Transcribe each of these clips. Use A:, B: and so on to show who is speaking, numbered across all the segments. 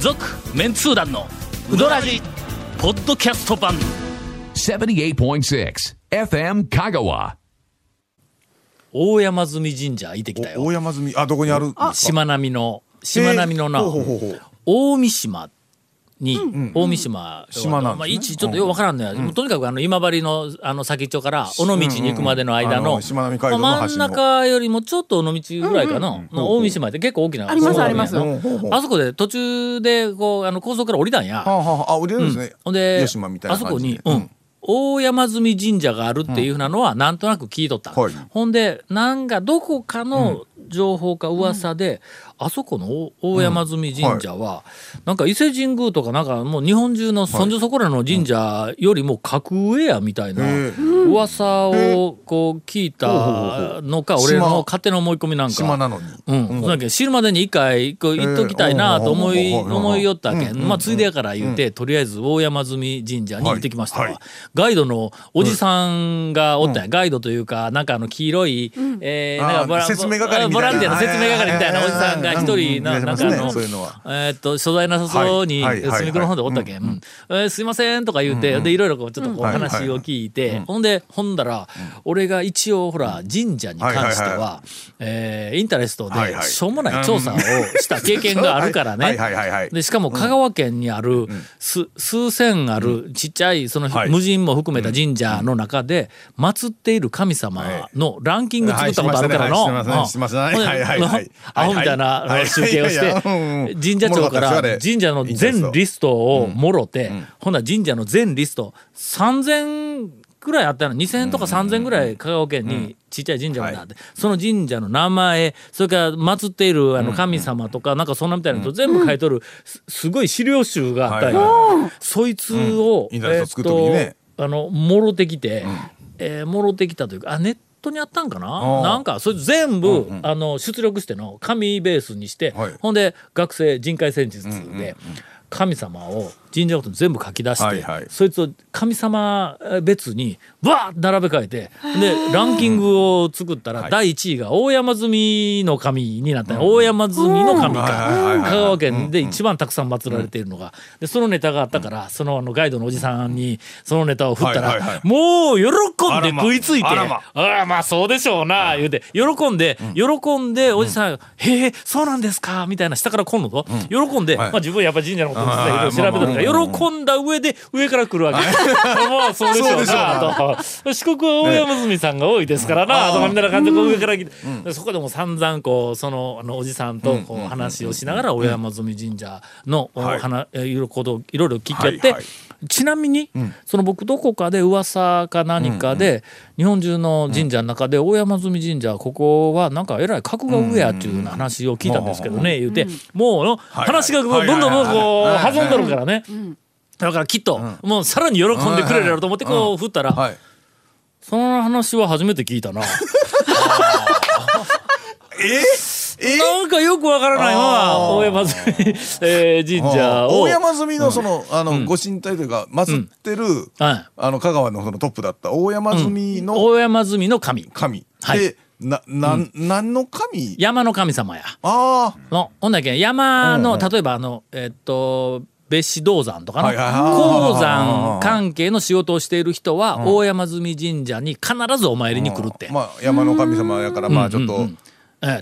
A: 続メンツー団のウドラジポッドキャスト版
B: 78.6 FM Kagawa.
A: 大山積神社行ってきた
C: お
A: よ
C: 大山積みあどこにあるんですか
A: しまなみのしまなみのな、
C: えーほうほうほうほう
A: 大三島に、大三島、
C: 島なんですね
A: まあ、一ちょっとよくわからんのや、とにかくあの今治のあの先っちょから尾道に行くまでの間
C: うんうんあ
A: の,、
C: のしまなみ海道の
A: まあ
C: 端
A: 真ん
C: の
A: 中よりもちょっと尾道ぐらいかな、の大三島って結構大きな
D: あります
A: そうなんや
D: あります
C: うんうんうん
A: あそこで途中でこうあの高速から降りたんや、
C: はあはああ降りれるんですね、
A: ほんで
C: 吉島みたいな
A: あそこ
C: 感じ
A: に
C: で、
A: うん
C: うん
A: 大山積神社があるっていうふうなのはなんとなく聞いとった、
C: はい
A: ほんでなんかどこかの情報か噂で、あそこの大大山積神社は、なんか伊勢神宮とかなんかもう日本中のそんじょそこらの神社よりも格上やみたいな
C: へえ
A: 噂をこう聞いたのか俺の勝手な思い込みなんか。
C: 島なのに
A: うん、そうだけど知るまでに一回こう行っときたいなと思い、
C: えーうん
A: 思いよったけん、
C: うん
A: まあついでやから言うて、とりあえず大山積神社に行ってきましたわ、
C: はいはい
A: ガイドのおじさんがおったんや、ガイドというかなんかあの黄色い、えーなん
C: あ
A: か
C: ー
A: ボラ
C: 説明係みたいな
A: ボランティアの説明係みたいなおじさんが一人な,、
C: うんうん
A: なんかあ
C: 見られ
A: の
C: ますねそういうのは
A: えーっと所在なさそうに
C: はいはいはいはい
A: 隅っこの方でおったけんうん「えーすいません」とか言うて、でいろいろこうちょっとこう
C: うん
A: 話を聞いて、ほんでほんだら、俺が一応ほら神社に関しては,、
C: はいはいは
A: えーインタレスト
C: はいは
A: で
C: い
A: しょうもない調査をした経験があるから
C: は
A: ね
C: いはいはいはい。
A: でしかも香川県にあるす数千あるちっちゃいその
C: はい
A: 無人も含めた神社の中で祀っている神様のランキング作ったことあるからの
C: はいはいしてますね
A: うん
C: してますねはいはいは
A: ほ
C: い
A: んでアホみたいなあ
C: はいは
A: の
C: い
A: 集計をし
C: い
A: て
C: やいやうんうん
A: 神社長か
C: おもろかった
A: ら
C: ですよあれ
A: 神社の全リストをもろて
C: ん
A: ほな神社の全リスト3000ぐらいあったの2000とか3000ぐらい香川県にちっちゃい神社があってその神社の名前それから祀っているあの神様とかなんかそんなみたいなのと全部書いとるすすごい資料集があったりそいつを
C: インターネット作る時にね
A: えーっとあのもろてきてえーもろてきたというかあネットにあったんかな
C: ー
A: なんかそれ全部あの出力しての紙ベースにして
C: はい
A: ほんで学生人海戦術で神様を神社ごとに全部書き出して、
C: はいはい
A: そいつを神様別にわーって並べ替えてでランキングを作ったら第1位が大山積の神になった、大山積の神か
C: はいはいはいはい
A: 香川県で一番たくさん祀られているのがでそのネタがあったからそのあのガイドのおじさんにそのネタを振ったら、
C: はいはいはい
A: もう喜ん
C: あ
A: で
C: らま
A: 食いついて
C: あらま
A: ああまあそうでしょうな言うて喜んで喜んでおじさん「へえそうなんですか」みたいな下から来んのと喜んでま
C: はい
A: あ自分やっぱ神社のことずっといろいろ調べてる
C: あーまあまあ
A: から喜んだ上で上から来るわけ まあそうでしょうなと四国は大山住さんが多いですからなとかみたいな感じでこう上から来てでそこでも散々こうそのあのおじさんとこう話をしながら大山住神社のお
C: はい
A: 話えーいろいろことをいろいろ聞き合って
C: はいはい
A: ちなみに、その僕どこかで噂か何かで、日本中の神社の中で大山積神社ここはなんかえらい格が上やっていうような話を聞いたんですけどね、言うて、もうの
C: い
A: 話がどんどんどんどんこう弾んどるからね、だからきっと、もうさらに喜んでくれるやろうと思ってこう振ったら、
C: はい。
A: その話は初めて聞いたな。
C: ええ
A: なんかよくわからないま
C: あ
A: ま
C: ー
A: 大山積、えー神社を。
C: 大山積みのその、あの、ご神体というか、祀ってる、
A: はい
C: あの、香川のそのトップだった大山積みの
A: 大山積の神
C: 神。
A: はい
C: で、な、なん、なんの神
A: 山の神様や。
C: ああ。
A: のほんだけ山の、例えばあのえっと別紙銅山とかの、
C: はいはいはい
A: 鉱山関係の仕事をしている人は、大山積神社に必ずお参りに来るって、
C: まあ、山の神様やから、まあ、ちょっと、
A: えー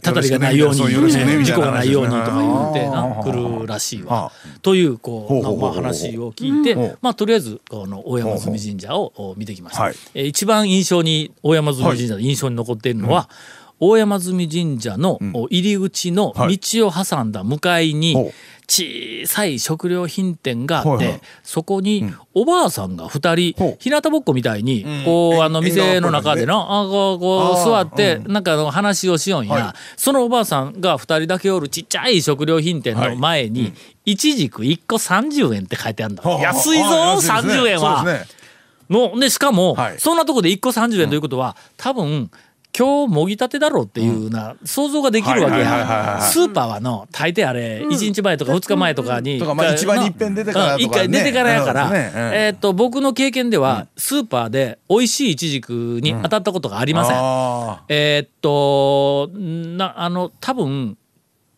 A: たたりがないように
C: そうよろしくね
A: えー
C: み
A: 事
C: たい
A: 故
C: な
A: がないようにとか言って
C: あ
A: な
C: ー
A: 来るらしいわ
C: は。
A: というこ
C: ほ
A: う
C: うほうほう
A: まあ
C: ほう
A: 話を聞いて、
C: うん
A: まあとりあえずこの大山積神社をお見てきました。
C: はい
A: えー一番印象に大山積神社の印象に残っているのは、大山積神社のお入り口の道を挟んだ向かい
C: ほ
A: に
C: う
A: 小さい食料品店があっ
C: はいは
A: て
C: い
A: そこにおばあさんが2
C: ほ
A: 人
C: う
A: 日向ぼっこみたいにこう
C: うん
A: あの
C: 縁側っぽい
A: 店の中でなあこうこう座
C: あー
A: ってなんかあの話をしようんや、
C: はい
A: そのおばあさんが2人だけおるちっちゃい食料品店の前に、いちじく1個30円って書いてあるんだ、
C: はあ
A: 安いぞ
C: はあ安ですね
A: 30円は
C: そうですね。
A: のでしかも、
C: はい
A: そんなとこで1個30円ということは、多分今日もぎたてだろうっていうな、想像ができるわけ
C: はいはいはいはい
A: や
C: はい
A: スーパーはの大抵あれ1日前とか2日前とかに
C: とかまあ一番に一遍出てからとかね
A: 1回出てからやから、
C: なるほどねうん
A: えーっと僕の経験ではスーパーで美味しいイチジクに当たったことがありません、
C: ああ。
A: えーっとなあの多分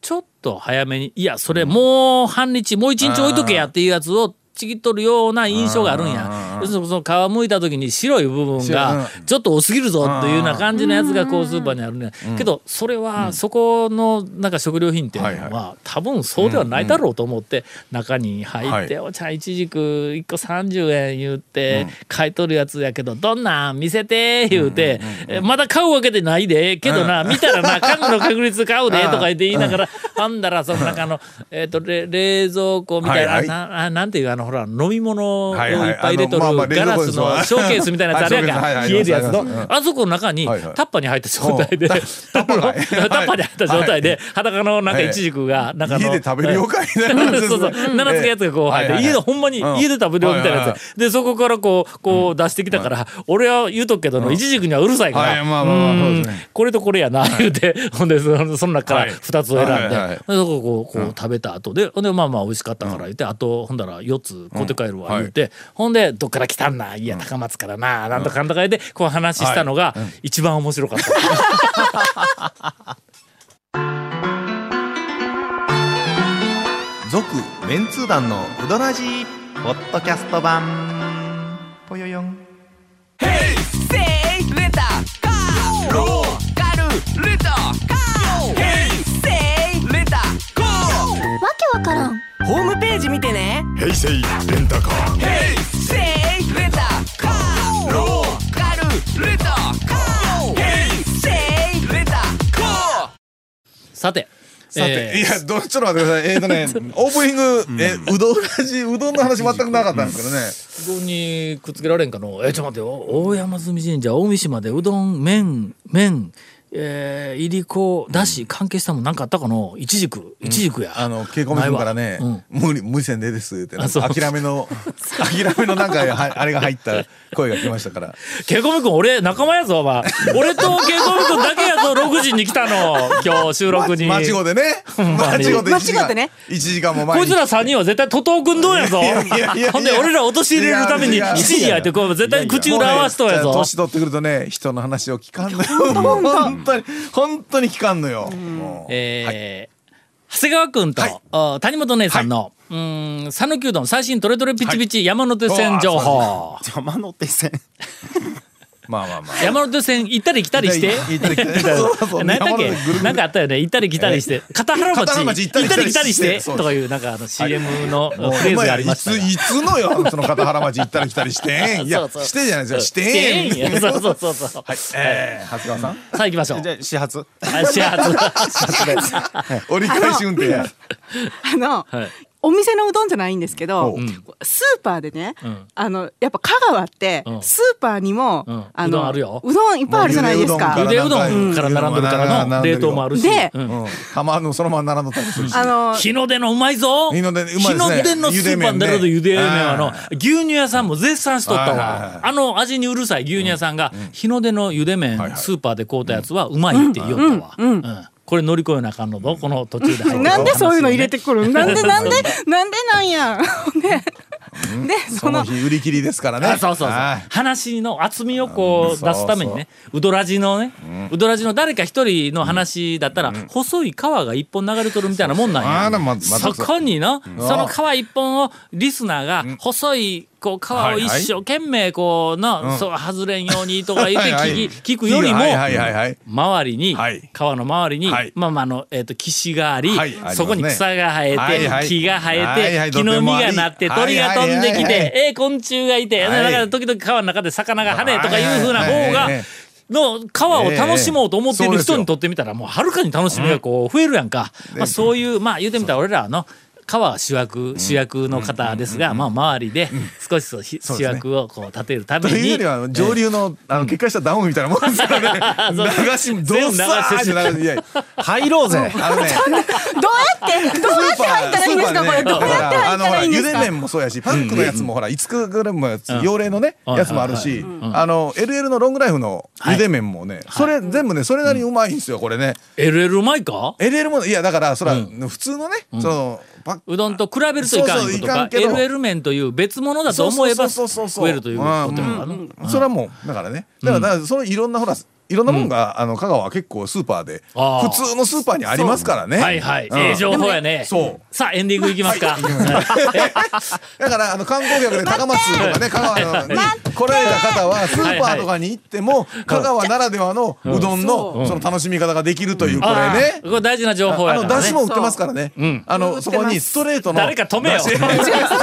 A: ちょっと早めにいやそれもう半日もう一日置いとけやっていうやつをちぎっとるような印象があるんや要するにその皮むいた時に白い部分がちょっと多すぎるぞっていうような感じのやつがこうスーパーにあるんやけどそれはそこのなんか食料品店
C: はい
A: は多分そうではないだろうと思って中に入って「お茶一軸1個30円」言って買い取るやつやけど「どんなん見せて」言うてえ「まだ買うわけでないでけどな見たらな家具の確率買う で」とか言って言いながらあんだらその中のえっとれ冷蔵庫みたいな
C: はいはい
A: なあなんていうあのほら飲み物をいっ
C: はいはい
A: ぱい入れとる
C: あのまあまあ
A: ガラス
C: 冷蔵庫
A: の
C: です
A: ショーケースみたいなやつあれやん
C: はい
A: か
C: はい
A: 冷えるやつ
C: ありますあ
A: の
C: り
A: あそこの中にタ
C: はいはい
A: ッパーに入った状態で
C: お
A: タ
C: う
A: ッ
C: タッパーが
A: パーに入った状態で裸のなんか
C: はい
A: イチジクがなんかあの
C: 家で食べるよかいな
A: そうそう、七つけやつがこう入って、家でほんまに
C: うん
A: 家で食べるよみたいな
C: はいは
A: や
C: い
A: つ。で、そこからこう、こう出してきたから、俺は言うとくけどの、いちじくにはうるさいか
C: はい
A: ら、
C: まあまあまあそうですね
A: これとこれやな、言うて、 ほんで、そのその中から
C: はい
A: 二つを選ん
C: はい
A: で
C: はいはい、
A: でそこをこう、こう食べた後で、ほんで、まあまあ美味しかったから言って、あと、ほんだら四つ買うて帰るわ、言うて、ほんで、どっから来たんな、いや、高松からな、なんとかなんとか言って、こう話したのが、一番面白かった。
D: 続メンツー団のウドラジーポッドキャスト版ぽよよん
E: せいレンタカーローカルレンタカーヘイセイレンタカー
F: わけわからん
E: ホームページ見てねヘイセイレンタカーヘイセイレンタカーローカルレンタカーヘイセイレンタカー
A: さて、
C: さ
A: え
C: て、
A: ー
C: いや、どうちょっと待って ください。えっ、とね、オープニング、えうどんらしうどんの話全くなかったんですけどね。
A: うどんにくっつけられんかのえちょっと待ってよ大山住神社大三島でうどん麺麺えー、いりこだし関係したもんなんかあったかのいちじくいちじくや、
C: あの、稽古見君からね、
A: ないわ
C: 無理、無理せんでええですって、
A: あそう
C: 諦めの、諦めのなんか、はあれが入った声が来ましたから。
A: ケイコミ君俺仲間やぞお前俺とケイコミ君だけやぞ6時に来たの今日収録に
C: 間違うでね。間
A: まに
C: 違うで。
E: 間違うてね。
C: 1時間も前
A: こ
C: に。
A: いつら3人は絶対徒党軍どうやぞ
C: いやいやいやいや
A: ほんで俺ら陥れるために7時やってこう絶対に口裏合わせとうや
C: もうねじゃあ
A: ぞ
C: 年取ってくるとね、人の話を聞かんのよ。本当に、本当に聞かんのよ。もう
A: えー長谷川君と、
C: はい
A: あ谷本姉さんの、うーん讃岐うどん最新トレトレピチピチ山手線情報、
D: 山手線
C: まあまあまあ。
A: 山手線行ったり来たりして
C: 行ったり来たりそうそうそう
A: 何やったっけ
C: 山手ぐるぐる
A: なんかあったよね行ったり来たりして片原町
C: 片原町
A: 行
C: 行
A: っ
C: ったた
A: り来
C: り来
A: た
C: た
A: り
C: り
A: し
C: してて
A: とかいうなんかあの CM のフ
C: もう
A: レーズがありましたが
C: いついつのよその片原町行ったり来たりして
A: そ
C: いや
A: うそう
C: してじゃないですよしてん
A: してんやそうそうそうそうはい
C: えー長谷川さん
A: さあ行きましょう
D: じゃあ始発
A: あ始発
C: 折り返し運転や
G: あの、
A: はい
G: お店のうどんじゃないんですけど、
C: おう
G: スーパーでね、
A: ん
G: あのやっぱ香川って
A: うん
G: スーパーにも、
A: うん
G: あ
A: うどん
G: の
A: あるよ
G: うどんいっぱいあるじゃないです
C: ゆ
A: ゆ
G: か。
A: でうどんから並んでるからの冷凍もあるし
G: で
A: うん
C: うん浜のそのまま並んどったりするし
G: あの
A: 日の出のうまいぞ
C: 日の出うまいですね
A: 日の出のスーパーに出るとゆ
C: ゆ
A: で
C: で
A: 麺
C: 麺ね
A: はの
C: あ
A: 牛乳屋さんも絶賛しとった
C: はいはいはい
A: わあの味にうるさい牛乳屋さんが日の出のゆで麺
C: はいはい
A: スーパーで買うたやつはうまいって言おったわうんこれ乗り越えなあかんのぞこの途中で入ってくる
G: なんでそういうの入れて
A: 話
G: くるんなんでなんでなんでなんや ねでそ
C: その
G: の
C: 日売り切りですから
A: をね
C: ね
A: あそうそうそう
C: はい
A: 話の厚みをこう
C: そう
A: 出
C: そう
A: すためにねうどらじのねうどらじの誰か一人の話だったら細い川が一本流れとるみたいなもんなんや
C: あらままた
A: そこにの、その川一本をリスナーが細いこう川を一生懸命こうの、そう外れんようにとか言って聞き,、
C: はいはい
A: 聞くよりも
C: はいはいはいはい
A: 周りに、
C: はい
A: 川の周りに、
C: はい
A: まあまああの、えー、と岸があり,、
C: はいありますね
A: そこに草が生えて、
C: はいはい
A: 木が生えて、
C: はいはい
A: 木の実がなって
C: どこ
A: 鳥
C: でもあ
A: が
C: り
A: 飛んできて、
C: はいはいはい
A: えー昆虫がいて、
C: はい
A: だから時々川の中で魚が跳ねとかいうふうな
C: はいは
A: 方
C: い
A: が。
C: はいはい
A: の川を楽しもうと思ってい
C: えええ
A: る
C: え
A: 人
C: そうですよ
A: にとってみたらもうはるかに楽しみがこう増えるやんか、まあ、そういうまあ言うてみたら俺らはの川は主役主役の方ですがまあ周りで少しそうひ
C: そう
A: 主
C: ですね
A: 役をこう立てるた
C: と
A: め
C: いう
A: に
C: よりは 上流のあの決壊したダムみたいなもんですからね流しどうさーって流していやいや
D: 入ろうぜ
C: あのね
G: どうやってどうやって入ったらいいんですかこれどうやって入ったらいいんです
C: あのほらゆで
G: か。
C: 麺もそうやしパンクのやつもほら5つぐらいもやつ用例のね
A: うん
C: やつもあるしあの LL のロングライフのゆで麺もねそれ全部ねそれなりにうまいんですよこれね
A: LL うまいか
C: LL もいやだからそら普通のねそのパッ
A: うどんと比べるといかんいうことか
C: そうそういかんけど
A: LL 麺という別物だと思えば
C: そうそうそうそうそう
A: 食えるということやな
C: うんそれはもうだからねだからだからそのいろんなほらいろんなもんが、あの香川は結構スーパーで
A: あー
C: 普通のスーパーにありますからね
A: はいはい、
C: うん
A: ええ情報やね
C: そう
A: さあエンディングいきますか、
C: だからあの観光客で高松とかね香川のに
G: 待って
C: 来られた方はスーパーとかに行っても香川ならではのうどん
A: う
C: の
A: ん
C: その楽しみ方ができるというこれ
A: あ
C: ね
A: これ大事な情報
C: あ
A: や
C: の
A: から
C: だし
A: ね
C: も売ってますからねあのそこにストレートの
A: 誰か止めよ
C: 出汁 ス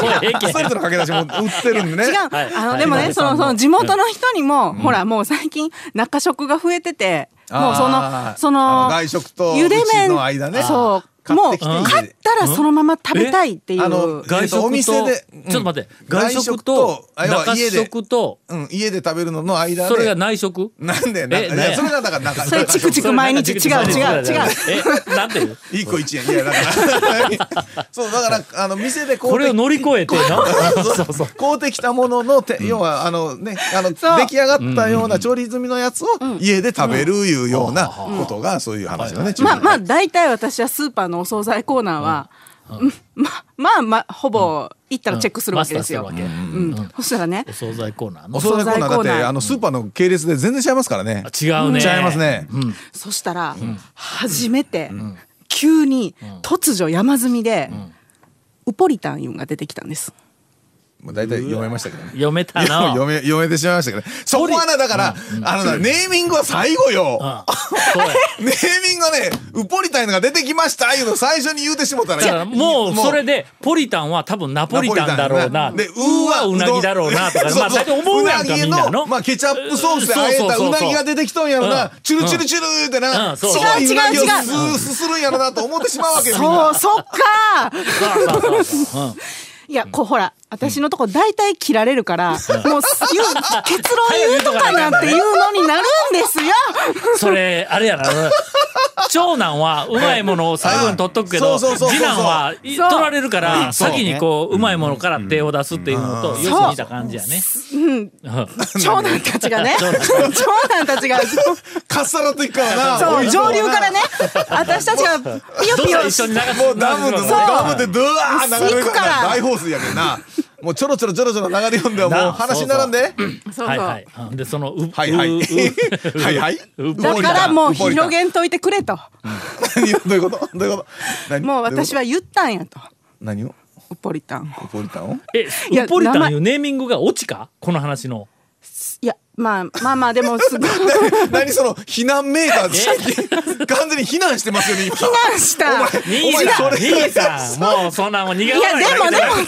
C: トレートのかけだしも売ってるんでね
G: 違う、
A: はい
G: あ
A: は
G: の
A: い
G: でも
A: 井
G: ね
A: 上
G: そ
A: さん
G: の
A: の
G: その地元の人にも、ほらもう最近中食が増えててもうそ
C: あ
G: の
C: ー
G: そ
C: あ
G: の
C: 外食と
G: ゆで
C: うち
G: 麺
C: の間ね
G: そう
C: 買
G: も
C: っ
G: う
C: てきて家で
G: 買ったらそのまま食べたいっていう
C: えあの
G: 外
A: 外食と
C: お店でうん
A: ちょっと待って
C: 外
A: 外
C: 食
A: 食
C: と
A: と
C: あ要は
A: 中
C: 家で
A: 食と
C: うん家で食べるのの間で
A: それが内食
C: なんでな
A: え
C: いや
A: ね
C: それがだからなんか
G: それチクチク毎日違う違う違う
A: えなんていう
C: 一個一円いやだから そうだからあの店でこう
A: これを乗り越えてなそうそう
C: 買うてきたもののて、要はあのねあの出
G: そう
C: 来上がったような調理済みのやつを家で食べるいうようなことがそういう話だね。
G: まあまあ大体私はスーパーのお惣菜コーナーは、うんままあまあほぼ行ったらチェックするわけですよ、
A: マ
G: う
A: ス
G: ん
A: ターするわ
G: そしたらね
A: けお惣菜コーナー
C: お
A: の
C: 惣菜コーナーだっ
G: お惣菜コー
C: て
G: ナー
C: あのスーパーの系列で全然違いますからね。
A: 違うね
C: 違いますね。
G: そしたら、初めて、急に突如山積みで、ウポリタンいうんが出てきたんです
C: もう大体読めましたけどね。
A: 読めたな
C: 読め読めてしまいましたけど、ね、そこはなだから、あのなネーミングは最後よ。
A: あそうや
C: ネーミングはねウポリタンのが出てきましたいうの最初に言うてしもたら
A: だからもうそれでポリタンは多分ナポリタンだろうな
C: で、
A: うーはうなぎだろうなとか
C: そ
A: ま
C: う
A: あ
C: そう
A: 大体思うやんか
C: う
A: み
C: ぎ
A: んなの
C: まあ、ケチャップソースであえたうなぎが出てきとんやろな
A: うん。
C: チュルチュルチュル言うて
A: う
C: な。
A: んそう
C: そ
A: そう
C: のうなぎを
G: 違う違う
C: スーすするんやろなと思ってしまうわけみん
G: そ
C: な
G: う。そっか
A: そうそうそうそううん
G: いやこうほら私のとこ大体切られるから、もうす言う結論言うとかなんていうのになるんですよ
A: それあれやな長男はうまいものを最後に取っとくけ
C: あ
A: ど
C: そうそう
A: 次
C: そうそう
A: 男はい
G: そう
A: 取られるから
C: そう
A: 先にこううまいものから手を出すっていうのとよく似た感じやね。うん
G: 長男たちがね長男たちが
C: かっさらっていくからな。
G: そう上流から
C: ね。
G: ね私たちがピヨ
A: どっ
G: ピ
A: か
G: ヨ
A: 一緒に流す
C: もうダムで、もうダムでドワー流れるか
G: 行くからら
C: 大放水やけんな。もうちょろちょろちょろちょろ流れ読んではもう
A: な
C: 話にならんで。
G: そうそう、
A: はいはいうんでそのう
C: はいはいう
A: う
C: はいはい。ウポリタ
G: だ
C: ン
G: からもう広。
C: ウ
G: げんといてくれと
C: ポリタン何どういうことどういうこと何
G: もう私。は言ったんや
C: ど
G: と
C: ういうこと何を
G: ウポリタン
C: ウポリタンを
A: え
G: いや
A: ウポリタンいうネーミングがオチかこの話の。
G: いやまあまあまあでもすごい
C: 何その避難メーターで完全に避難してますよね今避
G: 難した
A: 兄
C: お前
A: さん
C: それ
A: 兄さんもうそんなんもう逃げ
G: いや
A: ら
G: で
A: れ
G: もでも違う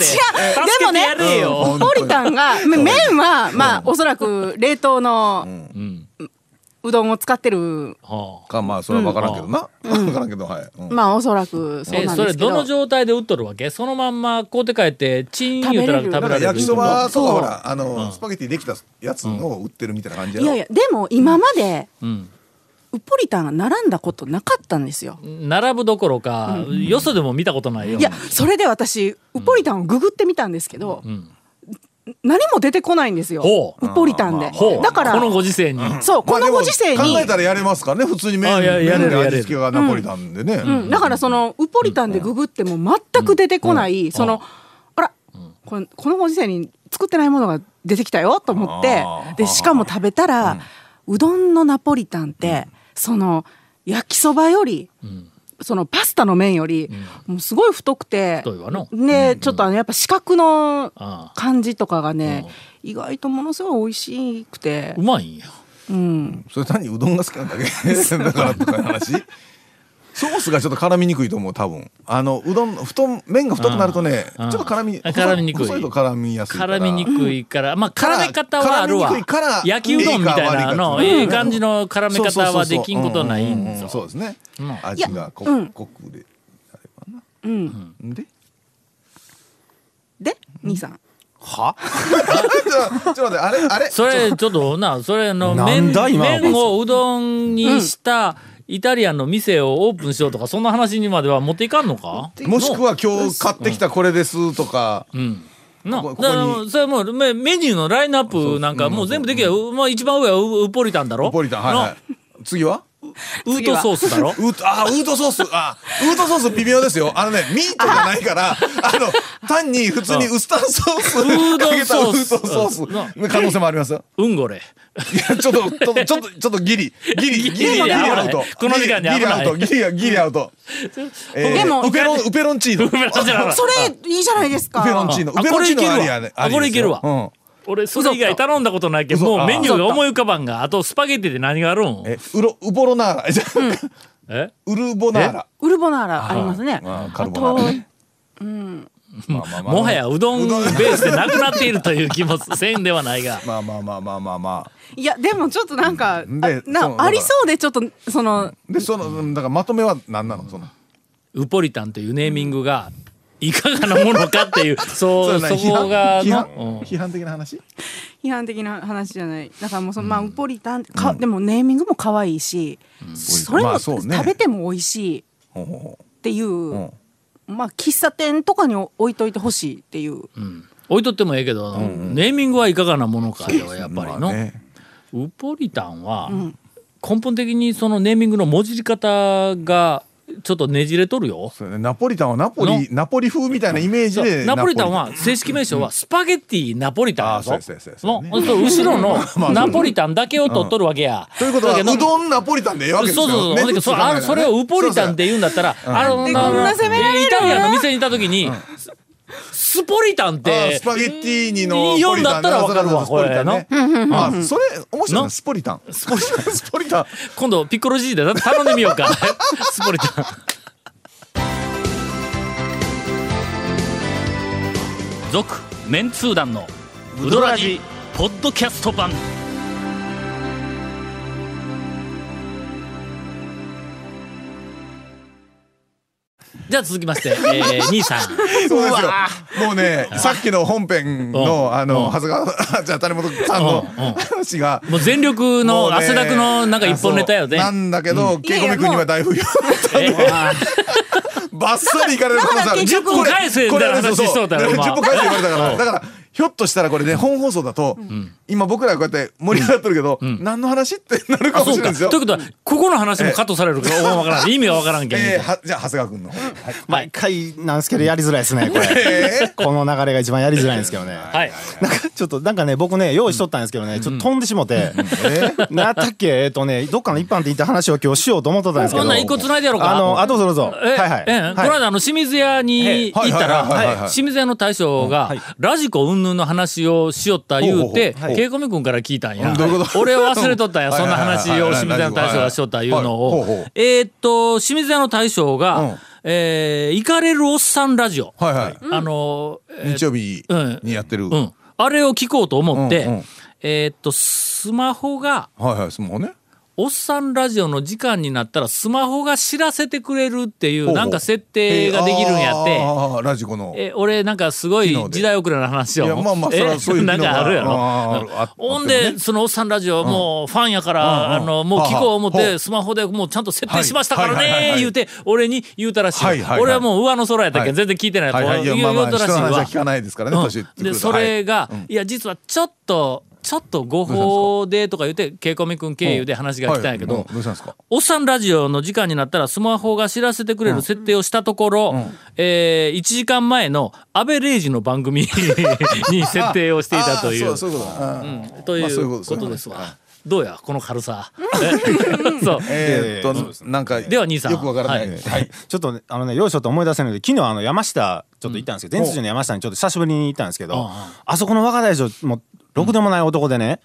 G: でもね
A: やれよ。
C: うん
G: ウポリタンがめ麺はまあおそらく冷凍の
A: うん
G: うどんを使ってる
A: はあ
C: かまあそれは分からんけどな、分からんけどはい、うん
G: まあおそらくそう
A: え
G: なん
A: そ
G: で
A: れ
G: すけど
A: どの状態で売っとるわけそのまんま買うて帰ってチーン言うたら食べ
G: 食
C: だ
A: ら
C: か
A: れ
C: ら
A: る
C: 焼きそばとか
G: そ
C: ほ
G: う
C: らあの、スパゲティできたやつを売ってるみたいな感じや
G: い
C: ろ
G: やいやでも今まで
A: うん
G: ウポリタンが並んだことなかったんですよ
A: 並ぶどころか、よそでも見たことないよ。
G: いやそれで私ウポリタンをググってみたんですけど、
A: ん
G: 何も出てこないんですよ
A: ほう
G: ウポリタンで、
A: ほう
G: だから
A: このご時世に、
G: そ
C: ま
G: うこ
C: あで
G: の
C: も
G: ご時世に、
C: 考えたらやれますからね普通に麺
A: あいややれるや
C: 麺で
A: れる
C: 味付けがナポリタンでね、
G: うんだからそのウポリタンでググっても全く出てこない、そのあら、このこのご時世に作ってないものが出てきたよと思って
C: あー
G: でしかも食べたら、うどんのナポリタンって、その焼きそばより、そのパスタの麺より、もうすごい太くて
A: 太いわの
G: ね、ちょっとあのやっぱ四角の
A: ああ
G: 感じとかがね、意外とものすごい美味しくて
A: う、まいんや。
G: うん、
C: それ単にうどんが好きなんだけだからとかいう話ソースがちょっと絡みにくいと思う多分あのうどん太ん麺が太くなるとねち
A: う
C: ょ
A: ん
C: っと絡み
A: あ絡みにくい
C: 細いと絡みやすいから
A: 絡みにくいから、まあ
C: から
A: 絡め方はあるわ
C: 絡みにくいから
A: 焼きうどんみたいなあの
C: いいか悪いか
A: ええ感じの絡め方はできんことない
C: うんううう
A: です
C: う
A: よ
C: そうですね、味
G: い
C: が
G: や
C: こ
G: うん
C: 濃くであればな
G: うん
C: で
G: で兄さん
D: は
C: ちょっと待ってあれあれ
A: それちょっとなそれあの
D: なん
A: 麺
D: だ今の話
A: 麺をうどんにしたイタリアンの店をオープンしようとかそんな話にまでは持っていかんのか
C: もしくは今日買ってきたこれですとか、
A: な
C: こここ
A: だか
C: こ
A: らそれはもうメメニューのラインナップなんかもう全部できるまあ一番上はウウポリタンだろ
C: ナポリタンはい、はい、次は
A: のウートソース だろ
C: ウートあーウートソースあーウートソース微妙ですよあのねミートがないからあの単に普通にウスターソースをかけたウードソースの可能性もありますよ
A: うんごれ。
C: いやちょっとちょっとちょっとちょっとギリギリギリギリアウト
A: この時間に
C: ギ
A: 危
C: リア
A: な
C: ウ
A: い
C: トギリギリアウト
G: でも
C: ウペロンウペロンチーノウペ
G: それいいじゃないですか
C: ロンチーノ
A: あ
C: ウペロンチーノありやね
A: あこれいけるわ
C: ありですよ
A: 俺それ以外頼んだことないけどもうメニューが思い浮かばんがあとスパゲティで何があるん
C: うんえウロウボロナーラじゃ
A: え
C: ウルボナーラ
G: ウルボナーラありますね
C: あ
G: あ
C: カルボ
G: と
C: ナーラねまあまあまあ
A: もはやうどんベースでなくなっているという気もせんではないが
C: まあまあまあまあまあま
G: いやでもちょっとなんかあ
C: でその
G: なありそうでちょっとその
C: あでそのうんだからまとめは何なのその
A: ウポリタンというネーミングがいかがなものかって いうそうそ
C: れは批
A: こ
C: 判
A: が
C: 批
A: の
C: 判
A: うん
C: 批判的な話
G: 批判的な話じゃないだからもうその、まあウポリタンか、でもネーミングも可愛いし、それ
C: ま
G: も
C: あそうね
G: 食べても美味しい
C: ほうほうほ
G: っていう、
C: ううん
G: まあ喫茶店とかに置いといてほしいっていう、
A: 置いとってもええけど、ネーミングはいかがなものかよやっぱりの、
C: まあね
A: ウポリタンは根本的にそのネーミングのもじり方がちょっとねじれとるよ。
C: そうね、ナポリタンはナポリナポリ風みたいなイメージで
A: ナポリタンは正式名称はスパゲッティナポリタンや
C: あ
A: ぞ
C: ーそうやそうやそうや
A: の
C: そうや
A: そう後ろ のナポリタンだけを取っとるわけや。
C: ということは
A: だけど
C: うどんナポリタンでええわけ
A: そう
C: ですよ
A: そうそう、
C: ね
A: ほんでそれあのそれをウポリタンって言うんだったら、あの
G: でこんな攻められる
A: イタリアンの店にいた時に、ススポリタンっ
C: あ
A: て
C: スパゲッティーニのポリ
A: 読んだ
C: タン
A: ったらわかるわ
C: スポリタンねあそれ面白い
A: の
C: なスポリタンスポリタン スポリタン
A: 今度ピッコロ G で頼んでみよう かスポリタン続メンツー団のウドラジポッドキャスト版じゃあ続きま して、えー、兄さん
C: そうですよもうねさっきの本編
A: うん
C: のあ
A: うん
C: の長谷川 じゃあ谷本さんの
A: うんうん
C: 話が
A: もう全力
C: もう
A: の
C: ね
A: 汗だくのなんか一本ネタよね
C: あそうなんだけどケイコミ君には大不評
A: えー
C: バッサリ行かれる可能性ある。
G: だから結局
C: これ
A: 返せみたいな話しそうだ
C: だ
A: よ
C: から
A: 今
C: 10分返せって言われたから。だから、ひょっとしたらこれね、本放送だと、今僕らこうやって盛り上がってるけど、何の話ってなるか
A: あ
C: も
A: そ
C: し
A: う
C: れな
A: か
C: いですよ
A: という。ことはここの話もカットされるからわからん意味がわからんけんみたい
C: えー
A: な
C: はじゃあ、長谷川君の。はい
A: はい
F: 毎回なんですけどやりづらいですねこ
C: え
F: れこの流れが一番やりづらいんですけどね
A: はい
F: なんかちょっとなんかね僕ね用意しとったんですけどねちょっと飛んでしもて何やったっけえっとねどっかの一般って言った話を今日しようと思っとったんですけど
A: そんなん一個繋いでやろうか
F: あのあどうぞどうぞは
A: え
F: いはい
A: ええこの
F: はい
A: 間あの清水屋に行ったら、
C: はいはいはいはいはい
A: 清水屋の大将が、ラジコ云々の話をしよった言うて
C: ほうほうほう
A: 稽古み君から聞いたんや、
C: うんどういうこと
A: 俺忘れとったんや
C: はい
A: そ
C: は
A: ん
C: い
A: な
C: はいはい
A: 話を清水屋の大将がしよった言うの
C: はいはいはい
A: を
C: ほうほう
A: えーっと清水屋の大将が「
C: うん
A: えー、イカれるおっさんラジオ」
C: はいはい。
A: あの、えー
C: 日曜日にやってる。
A: う
C: は
A: ん、あれを聞こうと思って、
C: うんうん
A: えーっとスマホが
C: いはい、スマホね。
A: おっさんラジオの時間になったらスマホが知らせてくれるってい
C: ほうほ
A: う
C: う
A: なんか設定ができるんやって
C: えー。あーラジコの。
A: え俺なんかすごい
C: 機能で
A: 時代遅れの話を
C: いやまあまあそれは
A: え
C: そういう機
A: な
C: 能
A: ん
C: が
A: かあるや
C: あ
A: ろ
C: ーあ
A: ほ
C: あ
A: ん
C: あっても
A: で
C: ね
A: そのおっさんラジオもうファンやからあ
C: うんうん
A: のもう聞こう思っ
C: はあは
A: て
C: あ
A: スマホでもうちゃんと設定しましたから
C: はいはいはい
A: ね
C: はい
A: 言うて俺に言うたらしい
C: はいはいはい
A: 俺はもう上の空やったけ
C: は
A: ん
C: い
A: 全然聞いてない
C: はいはい。い
A: 言
C: や、
A: う
C: まあま
A: 言う
C: あ、
A: た
C: 人
A: らしい
C: の話は
A: わ
C: 聞かないですからね、年いって
A: うん
C: くる
A: で
C: と
A: それが、
C: はい
A: い、や実はちょっとちょっと誤報でとか言ってケイコミ君経由で話が来たんやけど、
C: はいうんどうしたんですか
A: おっさんラジオの時間になったらスマホが知らせてくれる設定をしたところ、え1時間前のアベレージの番組 に設定をしていたとい
C: あ
A: う
C: ーそうそういうことだうん
A: と
C: まあそ
A: い
C: ういう
A: う
C: こと
A: こ
C: そういうことと
A: で
C: ですす
A: わ。どうやこの軽さ。え そう
C: え
F: いやいや
C: ーっと、なんか、
A: では兄さん
C: よくわからない。
A: はい
C: はい。
F: ちょっとねあのね用意しとって思い出せないので昨日あの山下ちょっと行ったんですけど前通寺の山下にちょっと久しぶりに行ったんですけ
A: うんうん
F: どあそこの若大将もうろくでもない男でね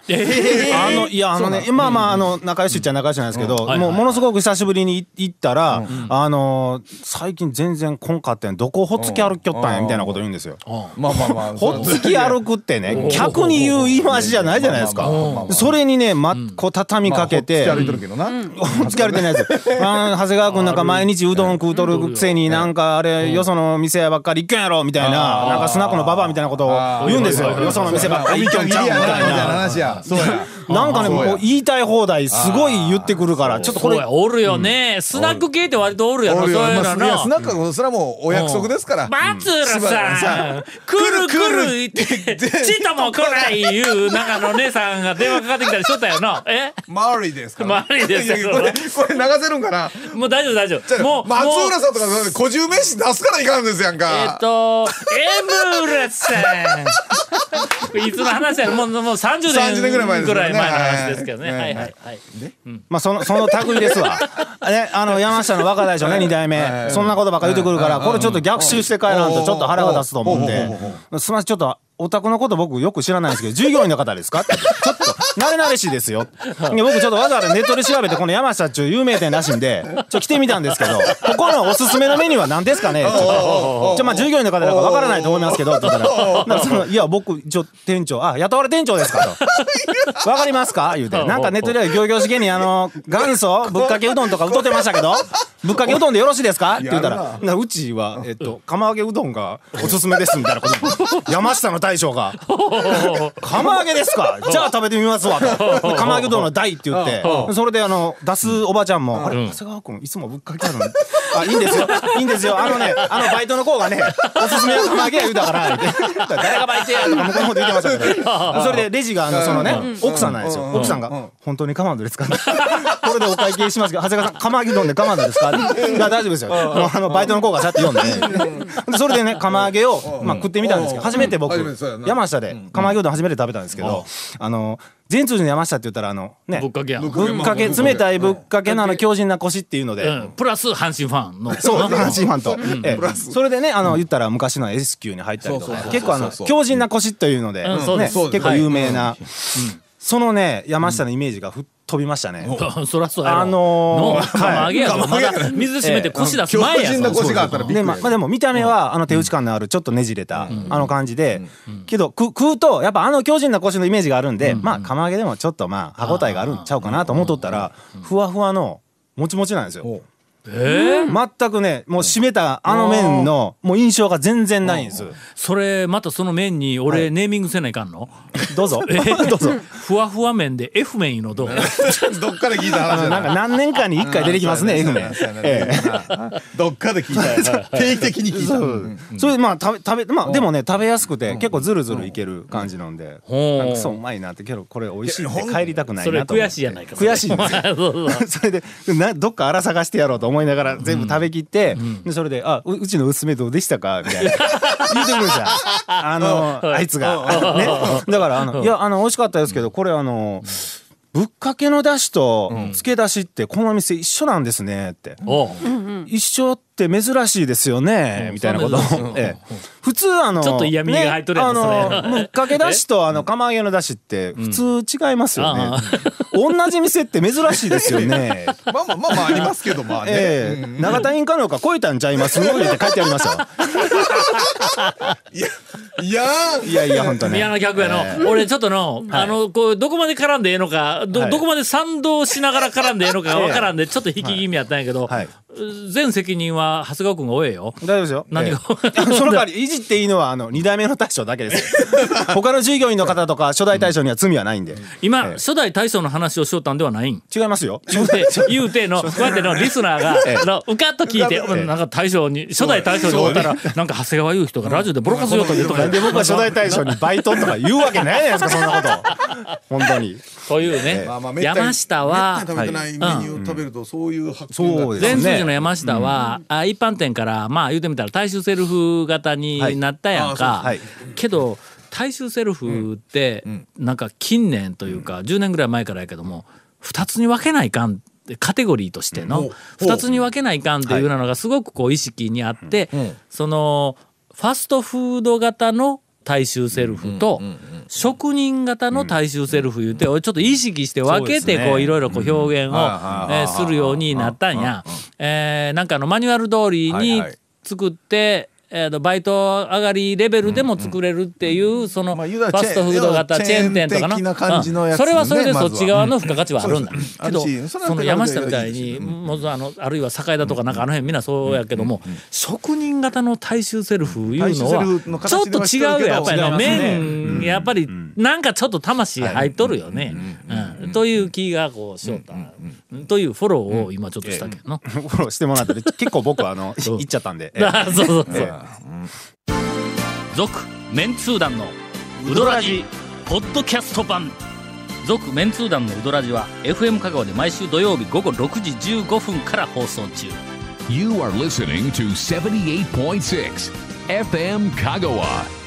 F: あのいやあのねまあまああの仲良しっちゃ仲良しなんですけど
A: はいはい
F: もうものすごく久しぶりに行ったらあの最近全然こんかってんどこほっつき歩きよったんやみたいなこと言うんですよ。
C: まあまあまあ。
F: ほっつき歩くってね客に言う言い回しじゃないじゃないですか
C: まあまあまあまあ
F: それにねまこう畳みかけて
C: まあほっつき歩いてるけどな。
F: ほっつき歩いてないやつあー長谷川君なんか毎日うどん食うとるくせになんかあれよその店ばっかり行くんやろみたいななんかスナックのババアみたいなことを言うんですよ
C: あー
F: よその店ばっかり行くんち
C: お見
F: ゃうみ
C: 限りやなみたいな
F: たいな
C: 話や。そうや。
F: なんかね、
C: あー
F: も
C: そう
F: う
C: や
F: 言いたい放題、すごい言ってくるから、ちょっと
A: そ
F: こ
A: う
F: れ
A: や、おるよね、スナック系って割とおるやろ
C: おるよ
A: そういうの
C: まあいや
A: な
C: スナックはそれはもうお約束ですから
A: バツラさん、来る来る言って、ちとも来ないいう、なんかの姉さんが電話かかってきたりしとったよな。え
C: マーリーですから
A: マーリーですよ
C: いやいやこれこれ流せるんかな
A: もう大丈夫大丈
C: じゃ
A: 夫。
C: あ
A: もう、
C: 松
A: もう
C: 浦さんとか小獣名詞出すからいかんですやん
A: え
C: か
A: っと、エムラさん。これいつの話やろもう、もう30年
C: 30年ぐらい前です
A: ぐ
C: よ
A: ら
C: ね
A: い前の話ですけどね。
C: は
A: はいいはいはい。
F: まあそのその類ですわ。ね、あの山下の若大将ね、二代目、そんなことばっか言ってくるから、これちょっと逆襲して帰らんと、ちょっと腹が立つと思うんで
C: おうおうおうおう。
F: すみません、ちょっと。お宅のこと僕よく知らないんですけど、従業員の方ですかってちょっと、慣れ慣れしいですよ。いや僕ちょっとわざわざネットで調べて、この山下っちゅう有名店らしいんで、ちょっと来てみたんですけど、ここのおすすめのメニューは何ですかねちょっとじゃあまあ従業員の方なんかわからないと思いますけど、って言ったら、なんかそのいや、僕、一応店長、あ、雇われ店長ですかと。わかりますか言うて。なんかネットでは行々しげにあの、元祖ぶっかけうどんとかうとってましたけ ど、ぶっかけうどんでよろしいですかって言ったら、なうちは、えっと、釜揚げうどんがおすすめですみたいなこと。山下の大将 が、釜揚げですかじゃあ食べてみますわと。釜揚げうどんの大って言って、それであの、出すおばちゃんも、あれ、長谷川君いつもぶっかけあるのにあ、いいんですよ。いいんですよ。あのね、あのバイトの子がね、おすすめは釜揚げや言うたから、言うて 誰がバイトやとか向こうの方で言ってました けど、それでレジがあの、そのね、奥さんなんですよ。奥さんが、本当に釜揚げですか これでお会計しますけど、長谷川さん、釜揚げうどんで釜揚げです かいや、大丈夫ですよ。もうあの、バイトの子がさって読んで、でそれでね、釜揚げを、まあ食ってみたんですけど、初めて僕
C: 初めてそうやな、
F: 山下で、釜揚げうどん初めて食べたんですけど、あの、全通寺の山下って言ったら、あの、ね
A: ぶっ、かけやん。う
F: ぶっかけ、冷たいぶっかけのあの、強靭な腰っていうので、
A: ん。プラス、阪神ファンの。
F: そう、
A: な
F: 阪神ファンと。ええそれでね、あの、言ったら昔の S 級に入ったりと
C: そうそう
F: か
C: そ、う
F: 結構あの、強靭な腰というので、
A: うん
F: ね
A: そうです
F: 結
A: そう
C: です
F: 構有名な、そのね、山下のイメージが吹っ飛びましたね。
A: そらそうやろ。
F: あのー
A: の釜揚げやろ。
C: 釜
A: ま
C: 揚げや
A: だ水閉めて腰出す
C: 強
A: 前や
C: 靭な腰があったらびっくり
F: でまあまあでも見た目はあの手打ち感のあるちょっとねじれたあの感じでけどく食うとやっぱあの強靭な腰のイメージがあるんでまあ釜揚げでもちょっとまあ歯応えがあるんちゃうかなと思っとったらふわふわのもちもちなんですよ
A: えー
F: 全くねもう締めたあの麺のもう印象が全然ないんです
A: それ、またその麺に俺、ネーミングせないかんの
F: ど うぞ どうぞ
A: ふわふわ麺で F 麺いうのどう
C: どっかで聞いた話や
F: なんか何年間に1回出てきますね F ねええ
C: どっかで聞いた定期的に聞いたうん
F: それでまあ食べ食べまあでもね食べやすくて結構ズルズルいける感じなんで
A: うん
F: なんかそううまいなってけどこれ美味しい
C: い
F: っ
C: やほ
F: て
C: ん
F: 帰りたくない
A: それ
F: なと思って
A: 悔しいやないかそれ
F: 悔しいんです よそれでなどっか荒探してやろうと思いながら全部食べきって、でそれで「あううちの娘どうでしたか?」みたいな言ってくるじゃんあのあいつが、ね、だからあの「いやあの美味しかったですけどこれあのぶっかけのだしと漬けだしってこの店一緒なんですね」って
A: おう
F: 「一緒って珍しいですよね」みたいなことを
A: そう珍しい
F: ええ普通あの
A: ちょっと嫌味が入っとるやつ
F: ねあ
A: そ
F: の
A: れ
F: ぶっかけだしとあの釜揚げのだしって普通違いますよ
A: あ
F: ね。同じ店って珍しいです よね。
C: まあまあまあまあありますけどまあ
F: え
C: ね
F: え長谷川のか超えたんちゃいます言って書いてあり ましたよ
C: いやー
F: いやいや本当ね
A: 宮野客やの、俺ちょっとの、あのこうどこまで絡んでええのかど,、
F: はい
A: どこまで賛同しながら絡んでええのかが分からんでちょっと引き気味やったんやけど、
F: はい
A: 全責任は長谷川君が負えよ。
F: 大丈夫ですよ
A: 何が
F: え えその代わりいじっていいのはあの2代目の大将だけです よ他の従業員の方とか初代大将には罪はないんで
A: 今、
F: ええ
A: 初代大将の話をしよったんではないん
F: 違いま すよ
A: 言うて言うてのこうやってのリスナーが、
F: ええ
A: のうかっと聞いて、うんなんか大将に初代大将におったら、なんか長谷川いう人がラジオでボロカス言うとか言うとか
F: で僕は初代大将にバイトとか言うわけないじゃないですかそんなこと本当に
A: というね、
C: まあまあめったに
A: 山下は
C: めったに食べてないメニ
A: はい
C: ューを食べるとそういう発見が
F: そうで
A: 前
F: すね
A: 筋の山下は、あ一般店からまあ言うてみたら大衆セルフ型になったやんか、
F: はいあー
A: けど大衆セルフって、なんか近年というか、10年ぐらい前からやけども2つに分けないかんってカテゴリーとしての、2つに分けないかんっていうのがすごくこう意識にあって、そのファストフード型の大衆セルフと、職人型の大衆セルフ言って、俺ちょっと意識して分けてこういろいろこう表現を、えーするようになったんや。えーなんかあのマニュアル通り
C: はい
A: に
C: はい
A: 作って、えーとバイト上がりレベルでも作れるっていうその
C: ま
A: フ
C: あ言うたら
A: ァストフード型チ
C: チ
A: ェー
C: ェー
A: ン
C: ン
A: 店とか
C: チェーン的な感じの
A: うん
C: やつ
A: それはそれで
C: ねま
A: そ
C: ず
A: っ
C: は
A: ち側の付加価値はあるんだ
C: そうですね
A: けど
C: あるしそれは
A: その山下みたいに
C: 手軽でいいですよね
A: もうあのあるいは堺田とかなんかあの辺みんなそうやけども職人型の大衆セルフいう
C: 大衆
A: の
C: セルフの
A: はちょっ
C: 形で
A: と
C: はして
A: 違
C: る
A: う
C: けど
A: よやっぱりな
F: 違いますね
A: 麺やっぱりなんかちょっと魂入っとるよねうんという気がこうしよったというフォローを今ちょっとしたけどな。
F: フォローしてもらったで結構僕はあのい行っちゃったんで、ええ
A: あ そうそうそう。続、メンツー団のウドラジポッドキャスト版。続メンツー団のウドラジは FM 香川で毎週土曜日午後6時15分から放送中。
B: You are listening to 78.6 FM Kagawa.